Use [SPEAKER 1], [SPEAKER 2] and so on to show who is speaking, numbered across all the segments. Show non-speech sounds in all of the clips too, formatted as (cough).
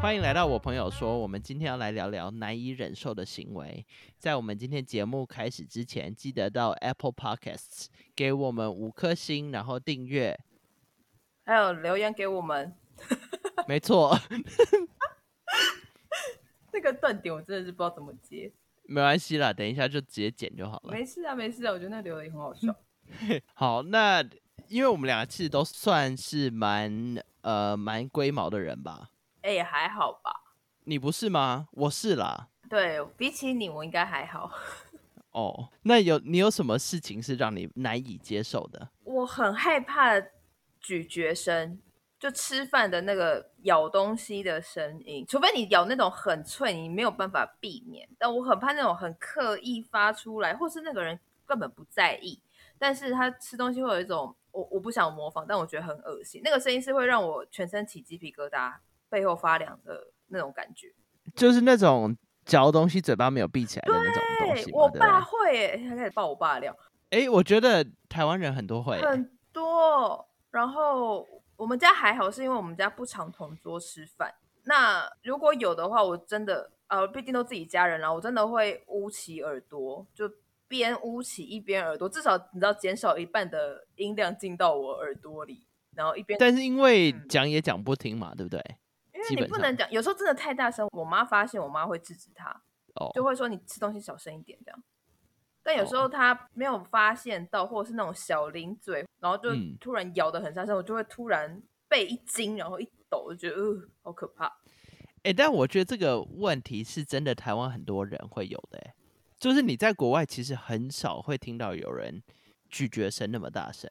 [SPEAKER 1] 欢迎来到我朋友说，我们今天要来聊聊难以忍受的行为。在我们今天节目开始之前，记得到 Apple Podcasts 给我们五颗星，然后订阅。
[SPEAKER 2] 还有留言给我们。
[SPEAKER 1] 没错， (laughs)
[SPEAKER 2] 那个断点我真的是不知道怎么接，
[SPEAKER 1] 没关系啦，等一下就直接剪就好了。
[SPEAKER 2] 没事啊，没事啊，我觉得那留言很好笑。
[SPEAKER 1] 好，那因为我们俩其实都算是蛮呃蛮龟毛的人吧？
[SPEAKER 2] 哎、也还好吧？
[SPEAKER 1] 你不是吗？我是啦。
[SPEAKER 2] 对比起你，我应该还好。
[SPEAKER 1] 哦，那有你有什么事情是让你难以接受的？
[SPEAKER 2] 我很害怕咀嚼声，就吃饭的那个咬东西的声音，除非你咬那种很脆，你没有办法避免。但我很怕那种很刻意发出来，或是那个人根本不在意，但是他吃东西会有一种我我不想模仿，但我觉得很恶心。那个声音是会让我全身起鸡皮疙瘩、背后发凉的那种感觉。
[SPEAKER 1] 就是那种嚼东西嘴巴没有闭起来的那种东
[SPEAKER 2] 对
[SPEAKER 1] 西，嘛，
[SPEAKER 2] 我
[SPEAKER 1] 对不对
[SPEAKER 2] 爸会耶，他开始爆我爸的料，
[SPEAKER 1] 哎、我觉得台湾人很多会欸、
[SPEAKER 2] 很多。然后我们家还好，是因为我们家不常同桌吃饭。那如果有的话，我真的呃，毕竟都自己家人了，我真的会捂起耳朵，就边捂起一边耳朵，至少你知道减少一半的音量进到我耳朵里，然后一边
[SPEAKER 1] 但是因为
[SPEAKER 2] 嗯
[SPEAKER 1] 讲也讲不听嘛，对不对？
[SPEAKER 2] 因为
[SPEAKER 1] 基
[SPEAKER 2] 你
[SPEAKER 1] 本
[SPEAKER 2] 不
[SPEAKER 1] 上
[SPEAKER 2] 能讲，有时候真的太大声，我妈发现，我妈会制止他。
[SPEAKER 1] 哦，
[SPEAKER 2] 就会说你吃东西小声一点这样。但有时候他没有发现到，或者是那种小零嘴，然后就
[SPEAKER 1] 嗯
[SPEAKER 2] 突然咬的很大声，我就会突然背一惊，然后一抖，我就觉得呃好可怕。
[SPEAKER 1] 哎、但我觉得这个问题是真的，台湾很多人会有的、欸，就是你在国外其实很少会听到有人咀嚼声那么大声，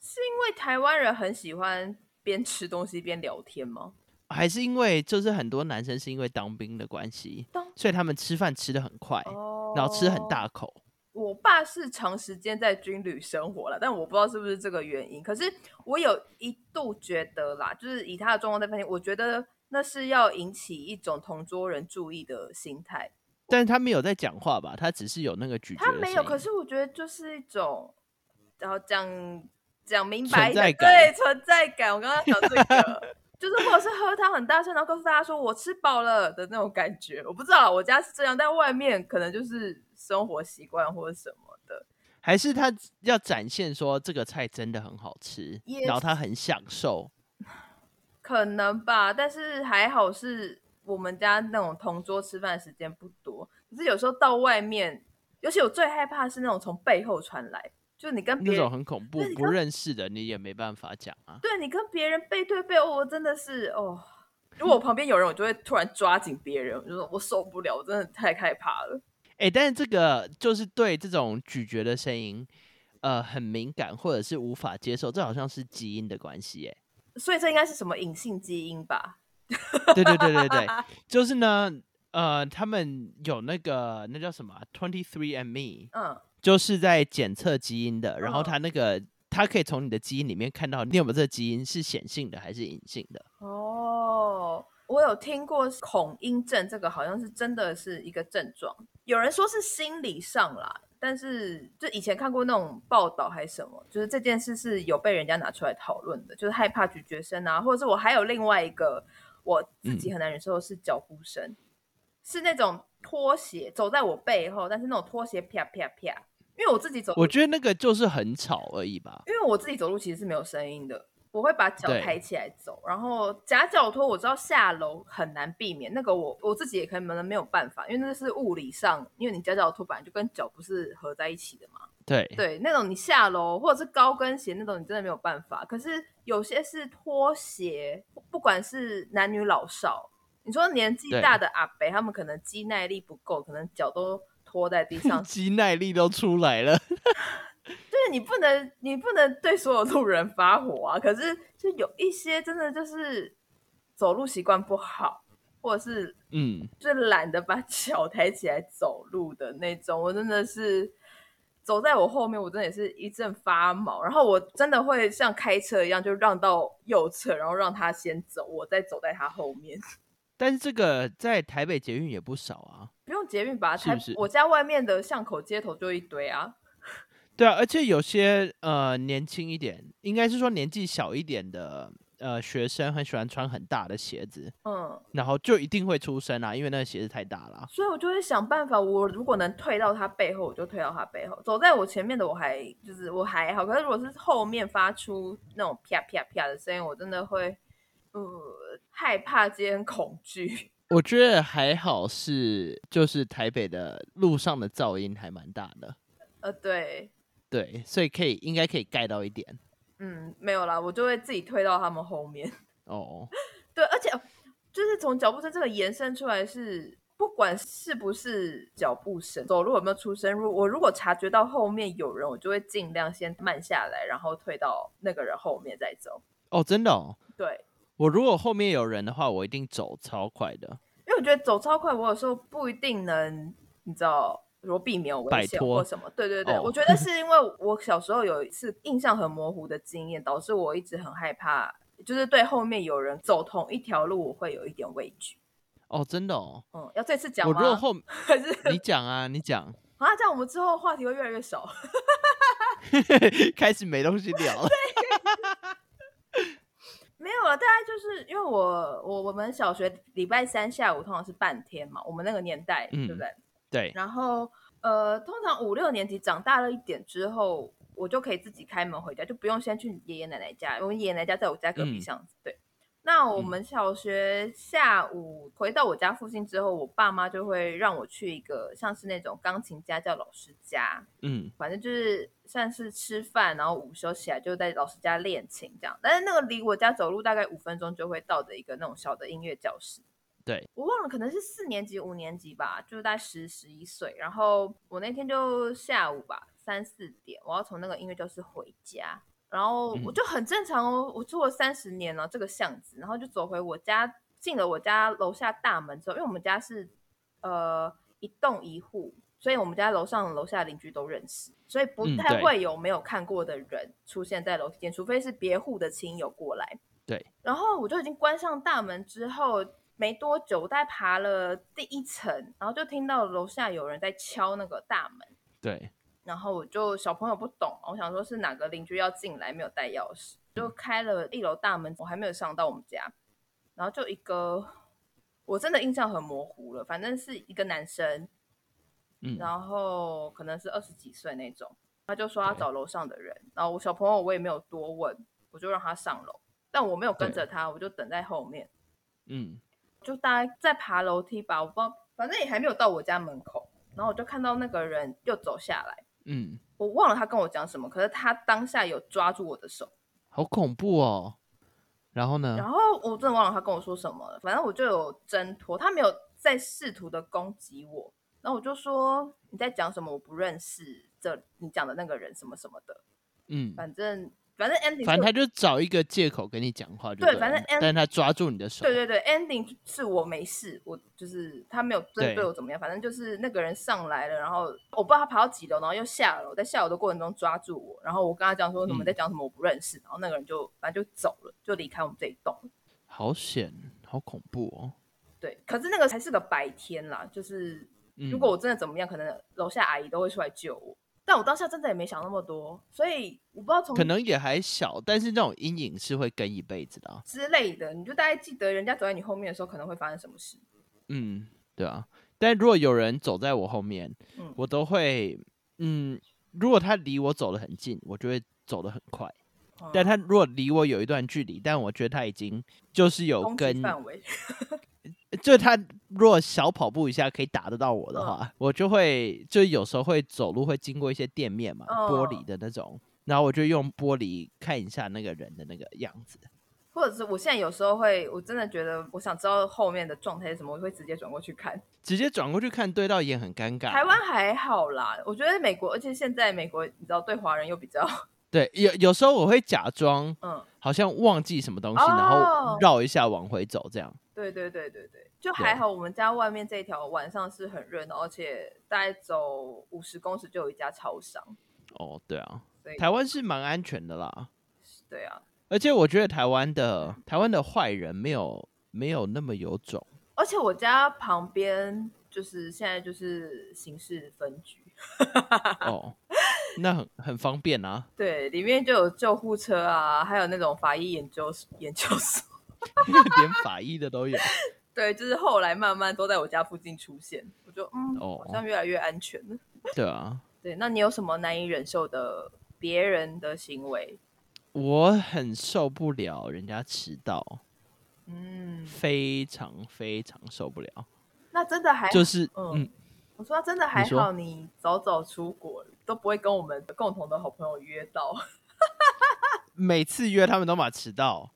[SPEAKER 2] 是因为台湾人很喜欢边吃东西边聊天吗？
[SPEAKER 1] 还是因为就是很多男生是因为当兵的关系
[SPEAKER 2] 当，
[SPEAKER 1] 所以他们吃饭吃的很快，
[SPEAKER 2] 哦
[SPEAKER 1] 哎然后吃很。大口。
[SPEAKER 2] 我爸是长时间在军旅生活了，但我不知道是不是这个原因。可是我有一度觉得啦，就是以他的状况在分析，我觉得那是要引起一种同桌人注意的心态。
[SPEAKER 1] 但是他没有在讲话吧？他只是有那个咀嚼
[SPEAKER 2] 他
[SPEAKER 1] 的声音。
[SPEAKER 2] 没有，可是我觉得就是一种，然后讲讲明白一
[SPEAKER 1] 存在
[SPEAKER 2] 点，
[SPEAKER 1] 感
[SPEAKER 2] 对存在感。我刚刚讲
[SPEAKER 1] (laughs)
[SPEAKER 2] 这个，就是或者是喝汤很大声，然后告诉大家说我吃饱了的那种感觉。我不知道我家是这样，但外面可能就是生活习惯或者什么的。
[SPEAKER 1] 还是他要展现说这个菜真的很好吃
[SPEAKER 2] 也
[SPEAKER 1] 然后他很享受。
[SPEAKER 2] 可能吧，但是还好是我们家那种同桌吃饭的时间不多，可是有时候到外面，尤其我最害怕是那种从背后传来，就是你跟
[SPEAKER 1] 那
[SPEAKER 2] 别人
[SPEAKER 1] 种很恐怖
[SPEAKER 2] 对，你
[SPEAKER 1] 不
[SPEAKER 2] 刚
[SPEAKER 1] 认识的你也没办法讲啊。
[SPEAKER 2] 对你跟别人背对背，哦我真的是哦。如果我旁边有人，我就会突然抓紧别人，我就说我受不了，我真的太害怕了。
[SPEAKER 1] 哎、但是这个就是对这种咀嚼的声音，呃，很敏感或者是无法接受，这好像是基因的关系、欸。
[SPEAKER 2] 所以这应该是什么隐性基因吧？
[SPEAKER 1] 哎， (laughs) 对对对对对，就是呢，呃，他们有那个那叫什么啊 Twenty Three and Me，
[SPEAKER 2] 嗯，
[SPEAKER 1] 就是在检测基因的，然后
[SPEAKER 2] 嗯
[SPEAKER 1] 它那个它可以从你的基因里面看到你有没有这个基因是显性的还是隐性的。
[SPEAKER 2] 哦，我有听过恐音症，这个好像是真的是一个症状。有人说是心理上啦，但是就以前看过那种报道还是什么，就是这件事是有被人家拿出来讨论的，就是害怕咀嚼声啊，或者是我还有另外一个我自己很难忍受的是脚步声，是那种拖鞋走在我背后，但是那种拖鞋啪啪啪，因为我自己走路
[SPEAKER 1] 我觉得那个就是很吵而已吧。
[SPEAKER 2] 因为我自己走路其实是没有声音的，我会把脚
[SPEAKER 1] 对
[SPEAKER 2] 抬起来走，然后夹脚拖我知道下楼很难避免，那个我我自己也可能没有办法，因为那是物理上，因为你夹脚拖本来就跟脚不是合在一起的嘛，
[SPEAKER 1] 对，
[SPEAKER 2] 对，那种你下楼或者是高跟鞋那种你真的没有办法，可是有些是拖鞋，不管是男女老少，你说年纪
[SPEAKER 1] 对
[SPEAKER 2] 大的阿伯，他们可能肌耐力不够，可能脚都拖在
[SPEAKER 1] (laughs)
[SPEAKER 2] 地上
[SPEAKER 1] 肌耐力都出来了。 (laughs)
[SPEAKER 2] 就是你不能，你不能对所有路人发火啊。可是就有一些真的就是走路习惯不好，或者是
[SPEAKER 1] 嗯，
[SPEAKER 2] 就懒得把 (laughs) 脚抬起来走路的那种，我真的是走在我后面，我真的也是一阵发毛。然后我真的会像开车一样，就让到右侧，然后让他先走，我再走在他后面。
[SPEAKER 1] 但是这个在台北捷运也不少啊。
[SPEAKER 2] 不用捷运吧？
[SPEAKER 1] 是不
[SPEAKER 2] 台
[SPEAKER 1] 是
[SPEAKER 2] 我家外面的巷口街头就一堆啊。
[SPEAKER 1] 对啊，而且有些呃年轻一点，应该是说年纪小一点的呃学生很喜欢穿很大的鞋子，
[SPEAKER 2] 嗯，
[SPEAKER 1] 然后就一定会出声啊，因为那个鞋子太大了啊。
[SPEAKER 2] 所以我就会想办法，我如果能退到他背后，我就退到他背后。走在我前面的我还就是我还好，可是如果是后面发出那种啪啪啪的声音，我真的会呃害怕兼恐惧。
[SPEAKER 1] 我觉得还好是，就是台北的路上的噪音还蛮大的，
[SPEAKER 2] 呃，对，
[SPEAKER 1] 对，所以可以应该可以盖到一点
[SPEAKER 2] 嗯，没有啦，我就会自己推到他们后面。 (laughs)
[SPEAKER 1] 哦。
[SPEAKER 2] 对，而且呃就是从脚步声这个延伸出来是，不管是不是脚步声，走路有没有出声，如我如果察觉到后面有人，我就会尽量先慢下来，然后退到那个人后面再走。
[SPEAKER 1] 哦，真的哦，
[SPEAKER 2] 对，
[SPEAKER 1] 我如果后面有人的话，我一定走超快的。
[SPEAKER 2] 因为我觉得走超快，我有时候不一定能，你知道。如果避免危
[SPEAKER 1] 摆
[SPEAKER 2] 险
[SPEAKER 1] 脱
[SPEAKER 2] 或什么，对对对
[SPEAKER 1] 哦
[SPEAKER 2] 我觉得是因为我小时候有一次印象很模糊的经验，导致我一直很害怕，就是对后面有人走同一条路，我会有一点畏惧。
[SPEAKER 1] 哦，真的哦，
[SPEAKER 2] 嗯，要这次讲
[SPEAKER 1] 我
[SPEAKER 2] 吗？
[SPEAKER 1] 如果后
[SPEAKER 2] (laughs) 还是
[SPEAKER 1] 你讲啊，你讲，
[SPEAKER 2] 啊，这样我们之后话题会越来越少。 (laughs)
[SPEAKER 1] (laughs) 开始没东西聊了。
[SPEAKER 2] 没有啊了，大概就是因为我我我们小学礼拜三下午通常是半天嘛，我们那个年代、
[SPEAKER 1] 嗯
[SPEAKER 2] 对不对？
[SPEAKER 1] 对，
[SPEAKER 2] 然后呃，通常五六年级长大了一点之后，我就可以自己开门回家，就不用先去爷爷奶奶家。我们爷爷奶奶家在我家隔壁
[SPEAKER 1] 嗯
[SPEAKER 2] 巷子，对。那我们小学下午回到我家附近之后，我爸妈就会让我去一个像是那种钢琴家教老师家，
[SPEAKER 1] 嗯，
[SPEAKER 2] 反正就是算是吃饭，然后午休起来就在老师家练琴这样。但是那个离我家走路大概五分钟就会到的一个那种小的音乐教室。
[SPEAKER 1] 对，
[SPEAKER 2] 我忘了，可能是四年级、五年级吧，就是大概十、十一岁。然后我那天就下午吧，三四点，我要从那个音乐教室回家，然后
[SPEAKER 1] 嗯
[SPEAKER 2] 我就很正常哦，我住了三十年了这个巷子，然后就走回我家，进了我家楼下大门之后，因为我们家是呃一栋一户，所以我们家楼上楼下邻居都认识，所以不
[SPEAKER 1] 嗯
[SPEAKER 2] 太
[SPEAKER 1] 对
[SPEAKER 2] 会有没有看过的人出现在楼梯间，除非是别户的亲友过来。
[SPEAKER 1] 对，
[SPEAKER 2] 然后我就已经关上大门之后没多久，我大概爬了第一层，然后就听到楼下有人在敲那个大门，
[SPEAKER 1] 对，
[SPEAKER 2] 然后我就小朋友不懂嘛，我想说是哪个邻居要进来没有带钥匙，就开了一楼大门，我还没有上到我们家，然后就一个我真的印象很模糊了，反正是一个男生，
[SPEAKER 1] 嗯，
[SPEAKER 2] 然后可能是二十几岁那种，他就说要
[SPEAKER 1] 对
[SPEAKER 2] 找楼上的人，然后我小朋友我也没有多问，我就让他上楼，但我没有跟
[SPEAKER 1] 对
[SPEAKER 2] 着他，我就等在后面，
[SPEAKER 1] 嗯，
[SPEAKER 2] 就大概在爬楼梯吧，我不知道，反正也还没有到我家门口，然后我就看到那个人又走下来，
[SPEAKER 1] 嗯，
[SPEAKER 2] 我忘了他跟我讲什么，可是他当下有抓住我的手，
[SPEAKER 1] 好恐怖哦。然后呢
[SPEAKER 2] 然？后我真的忘了他跟我说什么了，反正我就有挣脱，他没有在试图的攻击我，然后我就说你在讲什么，我不认识这你讲的那个人什么什么的，
[SPEAKER 1] 嗯，
[SPEAKER 2] 反正反正 ending
[SPEAKER 1] 反正
[SPEAKER 2] 是
[SPEAKER 1] 他就找一个借口跟你讲话就
[SPEAKER 2] 对
[SPEAKER 1] 了
[SPEAKER 2] 反正
[SPEAKER 1] 嗯
[SPEAKER 2] N-
[SPEAKER 1] 但是他抓住你的手，
[SPEAKER 2] 对对对，ending 是我没事，我就是他没有针对
[SPEAKER 1] 对
[SPEAKER 2] 我怎么样，反正就是那个人上来了，然后我不知道他爬到几楼，然后又下楼，在下楼的过程中抓住我，然后我跟他讲说你们
[SPEAKER 1] 嗯
[SPEAKER 2] 在讲什么我不认识，然后那个人就反正就走了，就离开我们这一栋。
[SPEAKER 1] 好险，好恐怖哦。
[SPEAKER 2] 对，可是那个才是个白天啦，就是
[SPEAKER 1] 嗯，
[SPEAKER 2] 如果我真的怎么样，可能楼下阿姨都会出来救我。但我当下真的也没想那么多，所以我不知道从
[SPEAKER 1] 可能也还小，但是那种阴影是会跟一辈子的啊、
[SPEAKER 2] 之类的，你就大概记得人家走在你后面的时候可能会发生什么事。
[SPEAKER 1] 嗯，对啊。但如果有人走在我后面，
[SPEAKER 2] 嗯
[SPEAKER 1] 我都会，嗯，如果他离我走得很近，我就会走得很快。
[SPEAKER 2] 嗯
[SPEAKER 1] 但他如果离我有一段距离，但我觉得他已经就是有
[SPEAKER 2] 攻击
[SPEAKER 1] 跟，
[SPEAKER 2] 范围，
[SPEAKER 1] 就他如果小跑步一下可以打得到我的
[SPEAKER 2] 嗯
[SPEAKER 1] 话，我就会，就有时候会走路会经过一些店面嘛，玻璃
[SPEAKER 2] 哦
[SPEAKER 1] 的那种，然后我就用玻璃看一下那个人的那个样子。
[SPEAKER 2] 或者是我现在有时候会，我真的觉得我想知道后面的状态是什么，我会直接转过去看。
[SPEAKER 1] 直接转过去看对到眼很尴尬。
[SPEAKER 2] 台湾还好啦，我觉得美国，而且现在美国你知道对华人又比较，
[SPEAKER 1] 对有有时候我会假装
[SPEAKER 2] 嗯，
[SPEAKER 1] 好像忘记什么东西，然
[SPEAKER 2] 哦
[SPEAKER 1] 后绕一下往回走，这样。
[SPEAKER 2] 对对对对对，就还好我们家外面这一条晚上是很热闹，而且大概走五十公尺就有一家超商。
[SPEAKER 1] 哦，对啊
[SPEAKER 2] 所以，
[SPEAKER 1] 台湾是蛮安全的啦，
[SPEAKER 2] 对啊，
[SPEAKER 1] 而且我觉得台湾的
[SPEAKER 2] 嗯
[SPEAKER 1] 台湾的坏人没有没有那么有
[SPEAKER 2] (laughs)
[SPEAKER 1] 种。
[SPEAKER 2] 而且我家旁边就是现在就是刑事分局，
[SPEAKER 1] 哦，那很很方便啊。 (laughs)
[SPEAKER 2] 对，里面就有救护车啊，还有那种法医研究所研究所。 (laughs)
[SPEAKER 1] 连法医的都有。
[SPEAKER 2] 对，就是后来慢慢都在我家附近出现，我就嗯，
[SPEAKER 1] 哦
[SPEAKER 2] 好像越来越安全了。
[SPEAKER 1] 对啊，
[SPEAKER 2] 对，那你有什么难以忍受的别人的行为？
[SPEAKER 1] 我很受不了人家迟到，
[SPEAKER 2] 嗯，
[SPEAKER 1] 非常非常受不了。
[SPEAKER 2] 那真的还
[SPEAKER 1] 就是
[SPEAKER 2] 嗯
[SPEAKER 1] 嗯，
[SPEAKER 2] 我说真的还
[SPEAKER 1] 你说
[SPEAKER 2] 好，你早早出国都不会跟我们共同的好朋友约到。
[SPEAKER 1] 每次约他们都嘛迟到，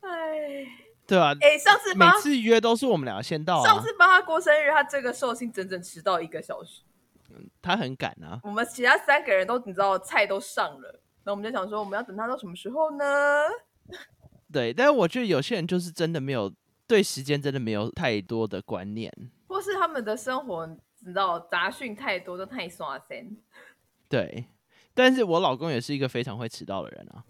[SPEAKER 2] 哎，
[SPEAKER 1] 对啊，
[SPEAKER 2] 哎，上次
[SPEAKER 1] 每
[SPEAKER 2] 帮他
[SPEAKER 1] 次约都是我们俩先到
[SPEAKER 2] 上
[SPEAKER 1] 啊，
[SPEAKER 2] 次帮他过生日，他这个寿星整整迟到一个小时。
[SPEAKER 1] 他很赶啊。
[SPEAKER 2] 我们其他三个人都你知道菜都上了，那我们就想说我们要等他到什么时候呢？
[SPEAKER 1] 对，但是我觉得有些人就是真的没有对时间真的没有太多的观念，
[SPEAKER 2] 或是他们的生活你知道杂讯太多，都太刷新。
[SPEAKER 1] 对。但是我老公也是一个非常会迟到的人啊，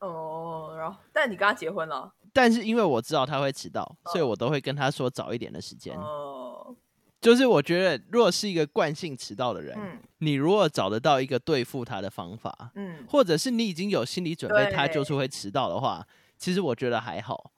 [SPEAKER 2] 哦，然后但你跟他结婚了，
[SPEAKER 1] 但是因为我知道他会迟到，所以我都会跟他说早一点的时间。
[SPEAKER 2] 哦，
[SPEAKER 1] 就是我觉得，如果是一个惯性迟到的人，
[SPEAKER 2] 嗯
[SPEAKER 1] 你如果找得到一个对付他的方法，
[SPEAKER 2] 嗯，
[SPEAKER 1] 或者是你已经有心理准备，他
[SPEAKER 2] 对
[SPEAKER 1] 就是会迟到的话，其实我觉得还好。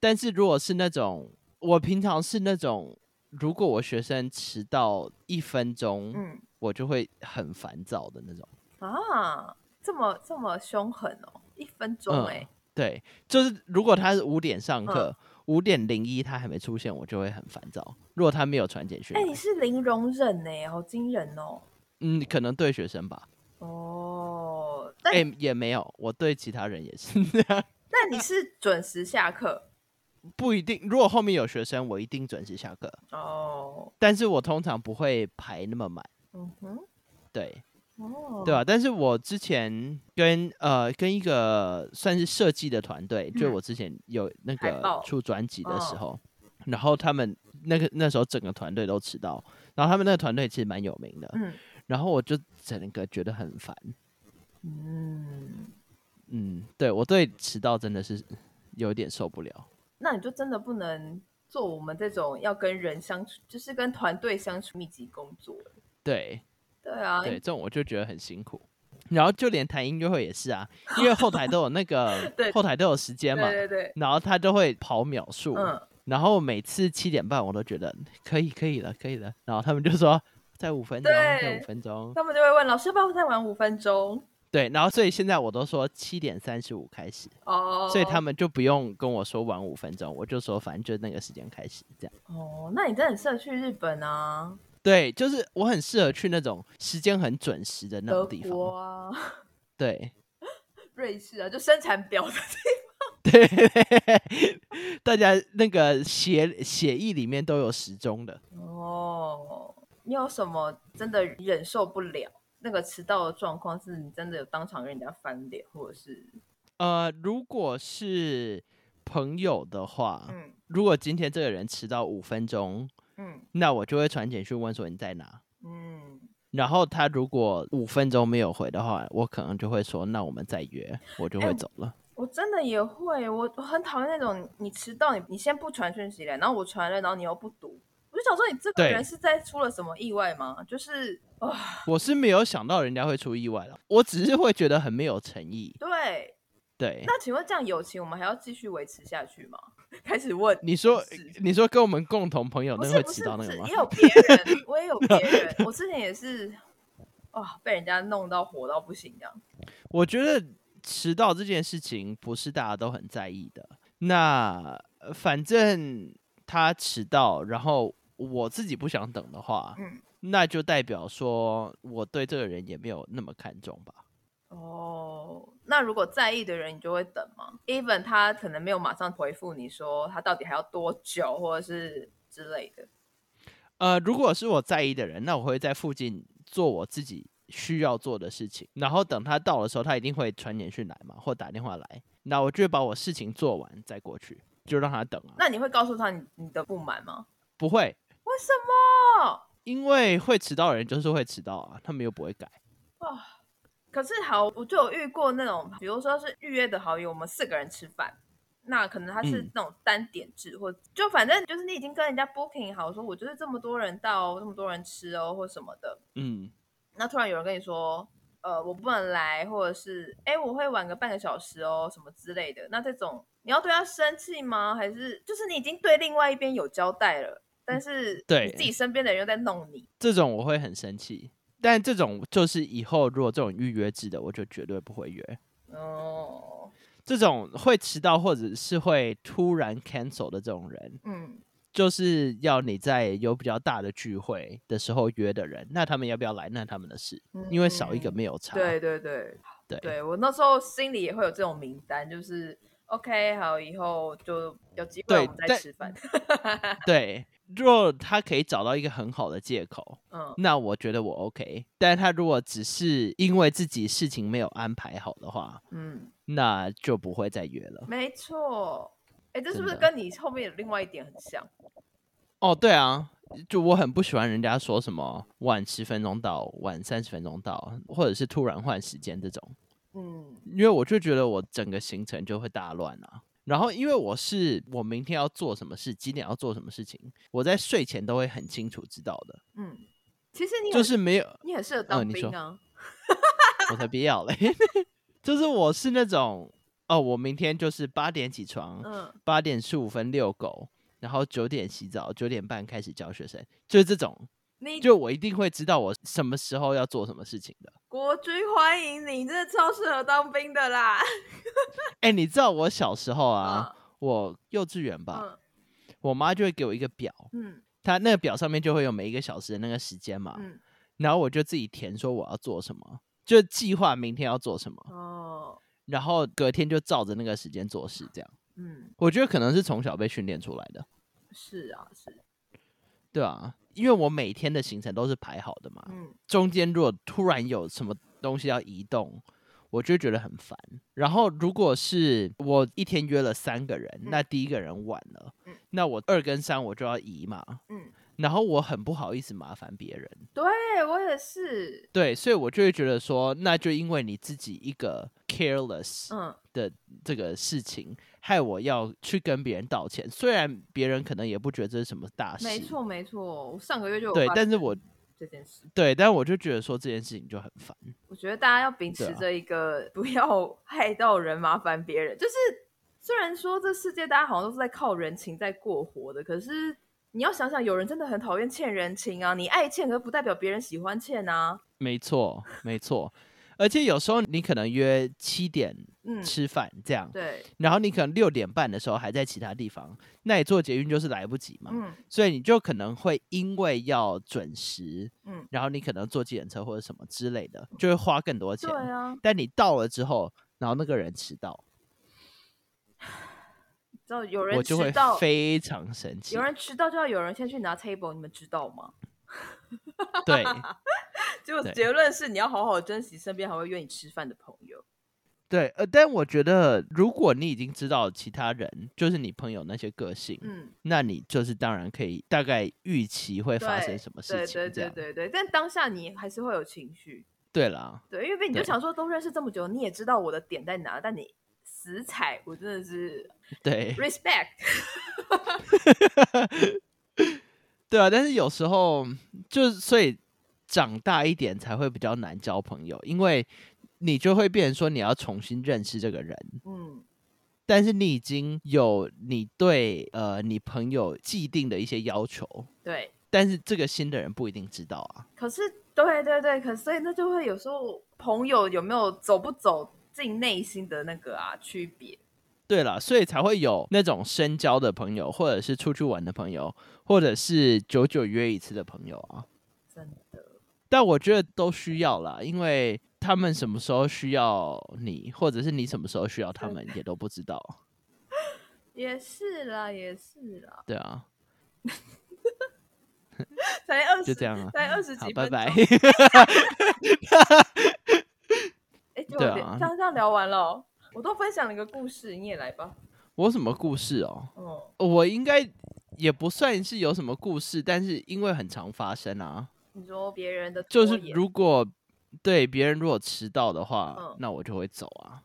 [SPEAKER 1] 但是如果是那种，我平常是那种，如果我学生迟到一分钟，
[SPEAKER 2] 嗯
[SPEAKER 1] 我就会很烦躁的那种。
[SPEAKER 2] 啊，这么这么凶狠哦，一分钟
[SPEAKER 1] 嗯
[SPEAKER 2] 哎、
[SPEAKER 1] 对，就是如果他是五点上
[SPEAKER 2] 嗯
[SPEAKER 1] 课，五、点零一他还没出现，我就会很烦躁。如果他没有传简讯
[SPEAKER 2] 哎、
[SPEAKER 1] 来，
[SPEAKER 2] 你是零容忍哎、好惊人哦。
[SPEAKER 1] 嗯，可能对学生吧，
[SPEAKER 2] 哦，
[SPEAKER 1] 哎、
[SPEAKER 2] 但
[SPEAKER 1] 也没有，我对其他人也是 (laughs)
[SPEAKER 2] 那你是准时下课
[SPEAKER 1] 不一定。如果后面有学生，我一定准时下课，
[SPEAKER 2] 哦？
[SPEAKER 1] 但是我通常不会排那么满。
[SPEAKER 2] 嗯哼，
[SPEAKER 1] 对，
[SPEAKER 2] 哦，
[SPEAKER 1] 对啊，但是我之前跟呃跟一个算是设计的团队，就
[SPEAKER 2] 嗯
[SPEAKER 1] 我之前有那
[SPEAKER 2] 海报
[SPEAKER 1] 个出专辑的时
[SPEAKER 2] 哦
[SPEAKER 1] 候，然后他们那个那时候整个团队都迟到，然后他们那个团队其实蛮有名的，
[SPEAKER 2] 嗯
[SPEAKER 1] 然后我就整个觉得很烦，
[SPEAKER 2] 嗯，
[SPEAKER 1] 嗯，对我对迟到真的是有点受不了，
[SPEAKER 2] 那你就真的不能做我们这种要跟人相处，就是跟团队相处密集工作。
[SPEAKER 1] 对
[SPEAKER 2] 对啊，
[SPEAKER 1] 对，这种我就觉得很辛苦。然后就连谈音乐会也是啊，因为后台都有那个
[SPEAKER 2] (laughs) 对
[SPEAKER 1] 后台都有时间嘛，
[SPEAKER 2] 对对对，
[SPEAKER 1] 然后他都会跑秒数，
[SPEAKER 2] 嗯，
[SPEAKER 1] 然后每次七点半我都觉得可以可以了可以了，然后他们就说再五分钟再
[SPEAKER 2] 对
[SPEAKER 1] 五分钟，
[SPEAKER 2] 他们就会问老师要不要再玩五分钟
[SPEAKER 1] 对，然后所以现在我都说七点三十五开始，
[SPEAKER 2] 哦。
[SPEAKER 1] 所以他们就不用跟我说晚五分钟，我就说反正就那个时间开始这样。
[SPEAKER 2] 哦，那你真的很适合去日本啊，
[SPEAKER 1] 对，就是我很适合去那种时间很准时的那
[SPEAKER 2] 德
[SPEAKER 1] 种地
[SPEAKER 2] 国
[SPEAKER 1] 方。
[SPEAKER 2] 啊， (laughs)
[SPEAKER 1] 对 (laughs)
[SPEAKER 2] 瑞士啊，就生产表的
[SPEAKER 1] 对，大家那个协协议里面都有时钟的。
[SPEAKER 2] 哦，你有什么真的忍受不了那个迟到的状况？是你真的有当场跟人家翻脸，或者是
[SPEAKER 1] 呃，如果是朋友的话，
[SPEAKER 2] 嗯
[SPEAKER 1] 如果今天这个人迟到五分钟，
[SPEAKER 2] 嗯
[SPEAKER 1] 那我就会传简讯问说你在哪。
[SPEAKER 2] 嗯，
[SPEAKER 1] 然后他如果五分钟没有回的话，我可能就会说那我们再约，我就
[SPEAKER 2] 哎
[SPEAKER 1] 会
[SPEAKER 2] 我
[SPEAKER 1] 走了。
[SPEAKER 2] 我真的也会，我我很讨厌那种你迟到，你你先不传讯息来，然后我传了，然后你又不读，我就想说你这个
[SPEAKER 1] 对
[SPEAKER 2] 人是在出了什么意外吗？就是啊、
[SPEAKER 1] 我是没有想到人家会出意外了，我只是会觉得很没有诚意。
[SPEAKER 2] 对，
[SPEAKER 1] 对，
[SPEAKER 2] 那请问这样友情我们还要继续维持下去吗？ (laughs) 开始问，
[SPEAKER 1] 你说
[SPEAKER 2] 是
[SPEAKER 1] 你说跟我们共同朋友
[SPEAKER 2] 不
[SPEAKER 1] 那
[SPEAKER 2] 是
[SPEAKER 1] 会
[SPEAKER 2] 不
[SPEAKER 1] 迟
[SPEAKER 2] 是
[SPEAKER 1] 到
[SPEAKER 2] 不
[SPEAKER 1] 那个
[SPEAKER 2] 是，
[SPEAKER 1] 吗
[SPEAKER 2] 也？有别人，我也有别人，我之前也是哇，被人家弄到火到不行这样。
[SPEAKER 1] 我觉得迟到这件事情不是大家都很在意的。那呃反正他迟到，然后我自己不想等的话，
[SPEAKER 2] 嗯
[SPEAKER 1] 那就代表说我对这个人也没有那么看重吧。
[SPEAKER 2] 哦，那如果在意的人，你就会等吗？Even 他可能没有马上回复你说他到底还要多久，或者是之类的。
[SPEAKER 1] 呃，如果是我在意的人，那我会在附近做我自己需要做的事情，然后等他到的时候，他一定会传简讯来嘛，或打电话来。那我就会把我事情做完再过去，就让他等啊。
[SPEAKER 2] 那你会告诉他你你的不满吗？
[SPEAKER 1] 不会，
[SPEAKER 2] 为什么？
[SPEAKER 1] 因为会迟到的人就是会迟到啊，他们又不会改。
[SPEAKER 2] 可是好，我就有遇过那种，比如说是预约的好友，我们四个人吃饭，那可能他是
[SPEAKER 1] 嗯
[SPEAKER 2] 那种单点制，或就反正就是你已经跟人家 booking 好，说我就是这么多人到，这么多人吃哦，或什么的。
[SPEAKER 1] 嗯，
[SPEAKER 2] 那突然有人跟你说，呃，我不能来，或者是哎，我会晚个半个小时哦，什么之类的，那这种你要对他生气吗？还是就是你已经对另外一边有交代了，但是
[SPEAKER 1] 嗯对
[SPEAKER 2] 你自己身边的人又在弄你，
[SPEAKER 1] 这种我会很生气。但这种就是以后如果这种预约制的，我就绝对不会约。
[SPEAKER 2] 哦，
[SPEAKER 1] 这种会迟到或者是会突然 cancel 的这种人，
[SPEAKER 2] 嗯，
[SPEAKER 1] 就是要你在有比较大的聚会的时候约的人。那他们要不要来，那他们的事，因为少一个
[SPEAKER 2] 嗯
[SPEAKER 1] 没有差。
[SPEAKER 2] 对对对
[SPEAKER 1] 对
[SPEAKER 2] 对，我那时候心里也会有这种名单，就是 OK，好，以后就有机会
[SPEAKER 1] 对
[SPEAKER 2] 我们再
[SPEAKER 1] 但
[SPEAKER 2] 吃饭。
[SPEAKER 1] 对，若他可以找到一个很好的借口，
[SPEAKER 2] 嗯，
[SPEAKER 1] 那我觉得我 OK。但是他如果只是因为自己事情没有安排好的话，
[SPEAKER 2] 嗯，
[SPEAKER 1] 那就不会再约了。
[SPEAKER 2] 没错。哎，这是不是
[SPEAKER 1] 真的
[SPEAKER 2] 跟你后面的另外一点很像？
[SPEAKER 1] 哦，对啊，就我很不喜欢人家说什么晚十分钟到、晚三十分钟到，或者是突然换时间这种，
[SPEAKER 2] 嗯
[SPEAKER 1] 因为我就觉得我整个行程就会大乱啊。然后，因为我是我明天要做什么事，几点要做什么事情，我在睡前都会很清楚知道的，
[SPEAKER 2] 嗯，其实你
[SPEAKER 1] 就
[SPEAKER 2] 很
[SPEAKER 1] 是没有
[SPEAKER 2] 你很适合
[SPEAKER 1] 嗯
[SPEAKER 2] 当
[SPEAKER 1] 你
[SPEAKER 2] 兵
[SPEAKER 1] 说
[SPEAKER 2] 啊。
[SPEAKER 1] 我才不要嘞！ (laughs) 就是我是那种哦，我明天就是八点起床，
[SPEAKER 2] 嗯，
[SPEAKER 1] 八点十五分遛狗，然后九点洗澡，九点半开始教学生，就是这种，
[SPEAKER 2] 你
[SPEAKER 1] 就我一定会知道我什么时候要做什么事情的。
[SPEAKER 2] 国军欢迎你，真的超适合当兵的啦。
[SPEAKER 1] 哎，你知道我小时候啊，
[SPEAKER 2] 啊，
[SPEAKER 1] 我幼稚园吧，
[SPEAKER 2] 嗯
[SPEAKER 1] 我妈就会给我一个表，
[SPEAKER 2] 嗯
[SPEAKER 1] 她那个表上面就会有每一个小时的那个时间嘛，
[SPEAKER 2] 嗯，
[SPEAKER 1] 然后我就自己填说我要做什么，就计划明天要做什么，
[SPEAKER 2] 哦，
[SPEAKER 1] 然后隔天就照着那个时间做事，这样。
[SPEAKER 2] 嗯，
[SPEAKER 1] 我觉得可能是从小被训练出来的，
[SPEAKER 2] 是啊，是，
[SPEAKER 1] 对啊，因为我每天的行程都是排好的嘛，
[SPEAKER 2] 嗯
[SPEAKER 1] 中间如果突然有什么东西要移动，我就会觉得很烦。然后如果是我一天约了三个人，
[SPEAKER 2] 嗯
[SPEAKER 1] 那第一个人晚了
[SPEAKER 2] 嗯，
[SPEAKER 1] 那我二跟三我就要移嘛，
[SPEAKER 2] 嗯，
[SPEAKER 1] 然后我很不好意思麻烦别人，
[SPEAKER 2] 对我也是，
[SPEAKER 1] 对，所以我就会觉得说，那就因为你自己一个 careless，
[SPEAKER 2] 嗯
[SPEAKER 1] 的这个事情，害我要去跟别人道歉。虽然别人可能也不觉得这是什么大事，
[SPEAKER 2] 没错没错，我上个月就有
[SPEAKER 1] 对
[SPEAKER 2] 发，
[SPEAKER 1] 但是
[SPEAKER 2] 生
[SPEAKER 1] 我
[SPEAKER 2] 这件事，
[SPEAKER 1] 对，但我就觉得说这件事情就很烦。
[SPEAKER 2] 我觉得大家要秉
[SPEAKER 1] 对
[SPEAKER 2] 持
[SPEAKER 1] 啊
[SPEAKER 2] 着一个不要 (laughs) 害到人、麻烦别人，就是虽然说这世界大家好像都是在靠人情在过活的，可是你要想想，有人真的很讨厌欠人情啊，你爱欠，可是不代表别人喜欢欠啊。
[SPEAKER 1] 没错，没错。而且有时候你可能约七点
[SPEAKER 2] 嗯，
[SPEAKER 1] 吃饭这样，
[SPEAKER 2] 对，
[SPEAKER 1] 然后你可能六点半的时候还在其他地方，那你坐捷运就是来不及嘛，
[SPEAKER 2] 嗯
[SPEAKER 1] 所以你就可能会因为要准时，
[SPEAKER 2] 嗯，
[SPEAKER 1] 然后你可能坐计程车或者什么之类的，就会花更多钱
[SPEAKER 2] 对。啊，
[SPEAKER 1] 但你到了之后，然后那个人迟到，
[SPEAKER 2] 知道有人
[SPEAKER 1] 我就会
[SPEAKER 2] 迟到，
[SPEAKER 1] 非常生气
[SPEAKER 2] 有。人迟到就要有人先去拿 table，你们知道吗？ (laughs)
[SPEAKER 1] 对，
[SPEAKER 2] 结果
[SPEAKER 1] 对
[SPEAKER 2] 结论是你要好好珍惜身边还会约你吃饭的朋友。
[SPEAKER 1] 对，呃，但我觉得，如果你已经知道其他人就是你朋友那些个性，
[SPEAKER 2] 嗯。
[SPEAKER 1] 那你就是当然可以大概预期会发
[SPEAKER 2] 对
[SPEAKER 1] 生什么事情，这
[SPEAKER 2] 对对对
[SPEAKER 1] 样
[SPEAKER 2] 对对，但当下你还是会有情绪，
[SPEAKER 1] 对啦，
[SPEAKER 2] 对，因为你就
[SPEAKER 1] 对
[SPEAKER 2] 想说都认识这么久，你也知道我的点在哪，但你死踩，我真的是
[SPEAKER 1] 对
[SPEAKER 2] respect，
[SPEAKER 1] 对啊。但是有时候就是所以长大一点才会比较难交朋友，因为你就会变成说你要重新认识这个人，
[SPEAKER 2] 嗯，
[SPEAKER 1] 但是你已经有你对呃你朋友既定的一些要求，
[SPEAKER 2] 对。
[SPEAKER 1] 但是这个新的人不一定知道啊。
[SPEAKER 2] 可是对对对，可所以那就会有时候朋友有没有走不走进内心的那个啊区别，
[SPEAKER 1] 对了，所以才会有那种深交的朋友，或者是出去玩的朋友，或者是久久约一次的朋友啊。
[SPEAKER 2] 真的，
[SPEAKER 1] 但我觉得都需要啦，因为他们什么时候需要你，或者是你什么时候需要他们，也都不知道。
[SPEAKER 2] 也是啦，也是啦，
[SPEAKER 1] 对啊，
[SPEAKER 2] 才二
[SPEAKER 1] 就
[SPEAKER 2] 十
[SPEAKER 1] 这，样啊。
[SPEAKER 2] 才二十
[SPEAKER 1] 好
[SPEAKER 2] 几，
[SPEAKER 1] 拜
[SPEAKER 2] 分钟，
[SPEAKER 1] 拜。 (laughs)
[SPEAKER 2] 哎，
[SPEAKER 1] (laughs)
[SPEAKER 2] 就
[SPEAKER 1] 对啊
[SPEAKER 2] 这样这样聊完了哦，我都分享了一个故事，你也来吧，
[SPEAKER 1] 我有什么故事哦？
[SPEAKER 2] 嗯，
[SPEAKER 1] 我应该也不算是有什么故事，但是因为很常发生啊，
[SPEAKER 2] 你说别人的
[SPEAKER 1] 就是
[SPEAKER 2] 拖延
[SPEAKER 1] 如果对别人如果迟到的话，
[SPEAKER 2] 嗯
[SPEAKER 1] 那我就会走啊。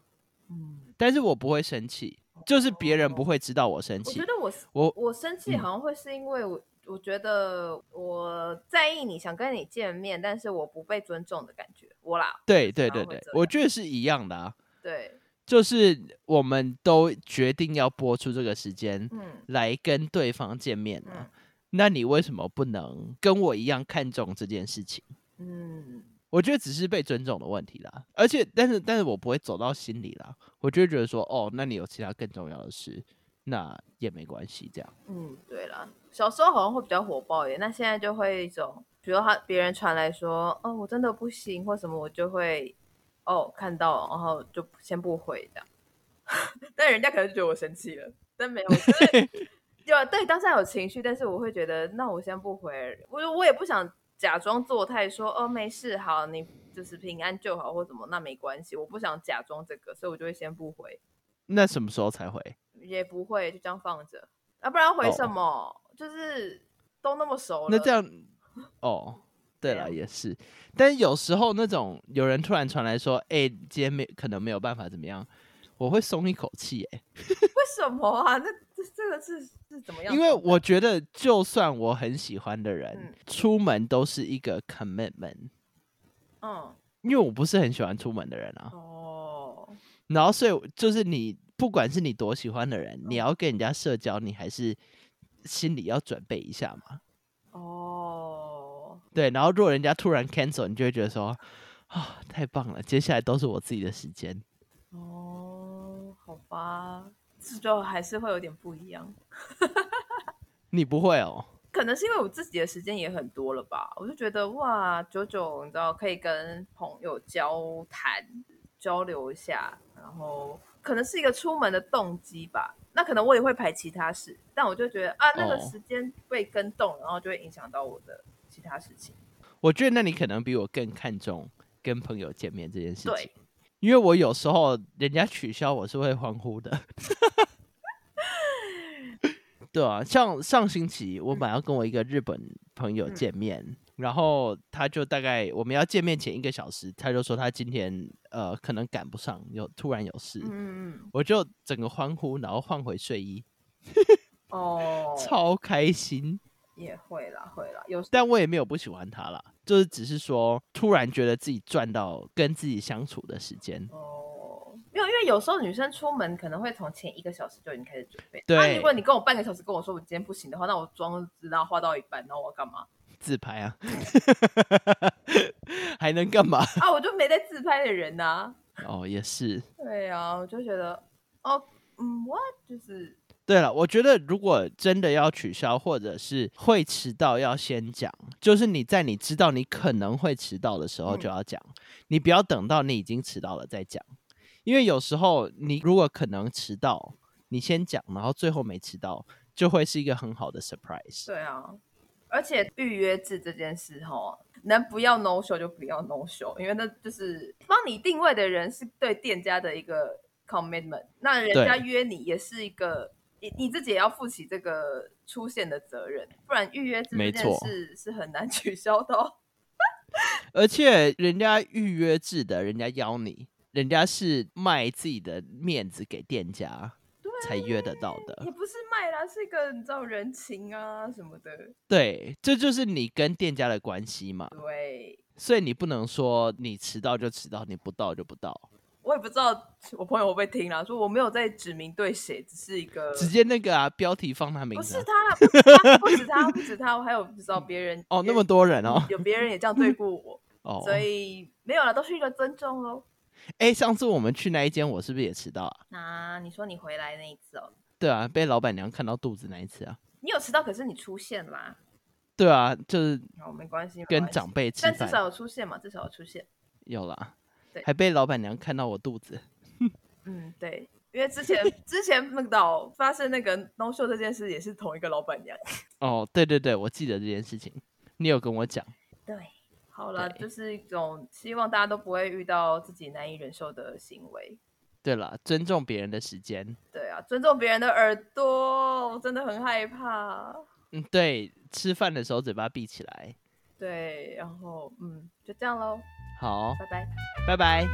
[SPEAKER 2] 嗯。
[SPEAKER 1] 但是我不会生气，就是别人不会知道我生
[SPEAKER 2] 哦我
[SPEAKER 1] 气
[SPEAKER 2] 觉。得我是
[SPEAKER 1] 我
[SPEAKER 2] 我生气
[SPEAKER 1] 嗯
[SPEAKER 2] 好像会是因为我、我觉得我在意你，想跟你见面，但是我不被尊重的感觉，我啦，
[SPEAKER 1] 对对
[SPEAKER 2] 常
[SPEAKER 1] 对
[SPEAKER 2] 会
[SPEAKER 1] 对
[SPEAKER 2] 这，
[SPEAKER 1] 我
[SPEAKER 2] 样
[SPEAKER 1] 觉得是一样的啊，
[SPEAKER 2] 对，
[SPEAKER 1] 就是我们都决定要播出这个时间
[SPEAKER 2] 嗯
[SPEAKER 1] 来跟对方见面啊。
[SPEAKER 2] 嗯
[SPEAKER 1] 那你为什么不能跟我一样看重这件事情？
[SPEAKER 2] 嗯，
[SPEAKER 1] 我觉得只是被尊重的问题啦，而且但是但是我不会走到心里啦，我就会觉得说，哦，那你有其他更重要的事，那也没关系，这样。
[SPEAKER 2] 嗯，对啦，小时候好像会比较火爆一点，那现在就会一种，比如他别人传来说，哦，我真的不行或什么，我就会，哦，看到，然后就先不回这样。 (laughs) 但人家可能就觉得我生气了，但没有，就是有对当下有情绪，但是我会觉得，那我先不回，我就我也不想假装做态说，哦，没事，好，你就是平安就好或什么，那没关系，我不想假装这个，所以我就会先不回。
[SPEAKER 1] 那什么时候才会？
[SPEAKER 2] 也不会就这样放着，啊，不然回什
[SPEAKER 1] 哦
[SPEAKER 2] 么？就是都那么熟了，
[SPEAKER 1] 那这样，哦，对
[SPEAKER 2] 对啊
[SPEAKER 1] 了，也是。但有时候那种有人突然传来说，哎、今天没可能没有办法怎么样，我会松一口气、哎，
[SPEAKER 2] 为什么啊？这这这个是是怎么样
[SPEAKER 1] 因
[SPEAKER 2] 的？
[SPEAKER 1] 为我觉得就算我很喜欢的人，
[SPEAKER 2] 嗯
[SPEAKER 1] 出门都是一个 commitment，
[SPEAKER 2] 嗯
[SPEAKER 1] 因为我不是很喜欢出门的人啊。
[SPEAKER 2] 哦，
[SPEAKER 1] 然后所以就是你，不管是你多喜欢的人，你
[SPEAKER 2] 嗯
[SPEAKER 1] 要跟人家社交，你还是心里要准备一下嘛。
[SPEAKER 2] 哦，
[SPEAKER 1] 对，然后如果人家突然 cancel，你就会觉得说，啊、太棒了，接下来都是我自己的时间。
[SPEAKER 2] 哦，好吧，这就还是会有点不一样。
[SPEAKER 1] 你不会哦？
[SPEAKER 2] 可能是因为我自己的时间也很多了吧，我就觉得哇，九九你知道可以跟朋友交谈交流一下，然后可能是一个出门的动机吧。那可能我也会排其他事，但我就觉得啊，那个
[SPEAKER 1] 哦
[SPEAKER 2] 时间被跟动，然后就会影响到我的其他事情。
[SPEAKER 1] 我觉得那你可能比我更看重跟朋友见面这件事情
[SPEAKER 2] 对，
[SPEAKER 1] 因为我有时候人家取消我是会欢呼的。 (laughs) 对啊，像上星期我本来要跟我一个日本朋友
[SPEAKER 2] 嗯
[SPEAKER 1] 见面，然后他就大概我们要见面前一个小时，他就说他今天呃可能赶不上，有突然有事，
[SPEAKER 2] 嗯，嗯
[SPEAKER 1] 我就整个欢呼，然后换回睡衣， (laughs)
[SPEAKER 2] 哦，
[SPEAKER 1] 超开心。
[SPEAKER 2] 也会啦，会啦，有时
[SPEAKER 1] 但我也没有不喜欢他啦，就是只是说突然觉得自己赚到跟自己相处的时间。
[SPEAKER 2] 哦，没有，因为有时候女生出门可能会从前一个小时就已经开始准备。啊
[SPEAKER 1] 对
[SPEAKER 2] 那如果你跟我半个小时跟我说我今天不行的话，那我妆知道化到一半，然后我要干嘛？
[SPEAKER 1] 自拍啊， (laughs) 还能干嘛？
[SPEAKER 2] 啊，我就没在自拍的人呐、啊
[SPEAKER 1] 哦，也是。
[SPEAKER 2] 对啊，我就觉得，哦，嗯，what 就是，
[SPEAKER 1] 对了，我觉得如果真的要取消，或者是会迟到，要先讲，就是你在你知道你可能会迟到的时候
[SPEAKER 2] 嗯
[SPEAKER 1] 就要讲，你不要等到你已经迟到了再讲，因为有时候你如果可能迟到，你先讲，然后最后没迟到，就会是一个很好的 surprise。
[SPEAKER 2] 对啊，而且预约制这件事哈，能不要 no show 就不要 no show，因为那就是帮你定位的人是对店家的一个 commitment，那人家
[SPEAKER 1] 对
[SPEAKER 2] 约你也是一个。你你自己也要负起这个出现的责任，不然预约制这
[SPEAKER 1] 没
[SPEAKER 2] 件
[SPEAKER 1] 错
[SPEAKER 2] 事是很难 (laughs) 取消的、哦。
[SPEAKER 1] 而且人家预约制的，人家邀你，人家是卖自己的面子给店家
[SPEAKER 2] 对
[SPEAKER 1] 才约得到
[SPEAKER 2] 也
[SPEAKER 1] 的。
[SPEAKER 2] 不是卖啦，是一个你知道人情啊什么的。
[SPEAKER 1] 对，这就是你跟店家的关系嘛。
[SPEAKER 2] 对，
[SPEAKER 1] 所以你不能说你迟到就迟到，你不到就不到，
[SPEAKER 2] 我也不知道我朋友会不会听啦，说我没有在指名对谁，只是一个，
[SPEAKER 1] 直接那个啊，标题放他名
[SPEAKER 2] 不
[SPEAKER 1] 字
[SPEAKER 2] 是
[SPEAKER 1] 啊、
[SPEAKER 2] 他啦，不是他，不止他，不止他，我还有不知道别人
[SPEAKER 1] 哦，
[SPEAKER 2] 别
[SPEAKER 1] 那么多人哦，
[SPEAKER 2] 有别人也这
[SPEAKER 1] (laughs)
[SPEAKER 2] 样对过我，
[SPEAKER 1] 哦，
[SPEAKER 2] 嗯所以没有了，都是一个尊重喽。
[SPEAKER 1] 哎，上次我们去那一间，我是不是也迟到啊？
[SPEAKER 2] 那你说你回来那一次哦，
[SPEAKER 1] 对啊，被老板娘看到肚子那一次啊。
[SPEAKER 2] 你有迟到，可是你出现啦，
[SPEAKER 1] 对啊，就是
[SPEAKER 2] 好，没关系，没
[SPEAKER 1] 跟
[SPEAKER 2] 关系
[SPEAKER 1] 长，辈吃
[SPEAKER 2] 但至
[SPEAKER 1] 饭
[SPEAKER 2] 少有出现嘛，至少有出现。
[SPEAKER 1] 有啦
[SPEAKER 2] 对，
[SPEAKER 1] 还被老板娘看到我肚子。
[SPEAKER 2] 嗯，对，因为之
[SPEAKER 1] (laughs)
[SPEAKER 2] 前之前梦岛发生那个 no show 这件事，也是同一个
[SPEAKER 1] (laughs)
[SPEAKER 2] 老板娘。
[SPEAKER 1] 哦，对对对，我记得这件事情，你有跟我讲。
[SPEAKER 2] 对，好了，
[SPEAKER 1] 对
[SPEAKER 2] 就是一种希望大家都不会遇到自己难以忍受的行为。
[SPEAKER 1] 对了，尊重别人的时间，
[SPEAKER 2] 对啊，尊重别人的耳朵，我真的很害怕。
[SPEAKER 1] 嗯，对，吃饭的时候嘴巴闭起来。
[SPEAKER 2] 对，然后嗯，就这样喽，
[SPEAKER 1] 好，
[SPEAKER 2] 拜拜。
[SPEAKER 1] 拜拜。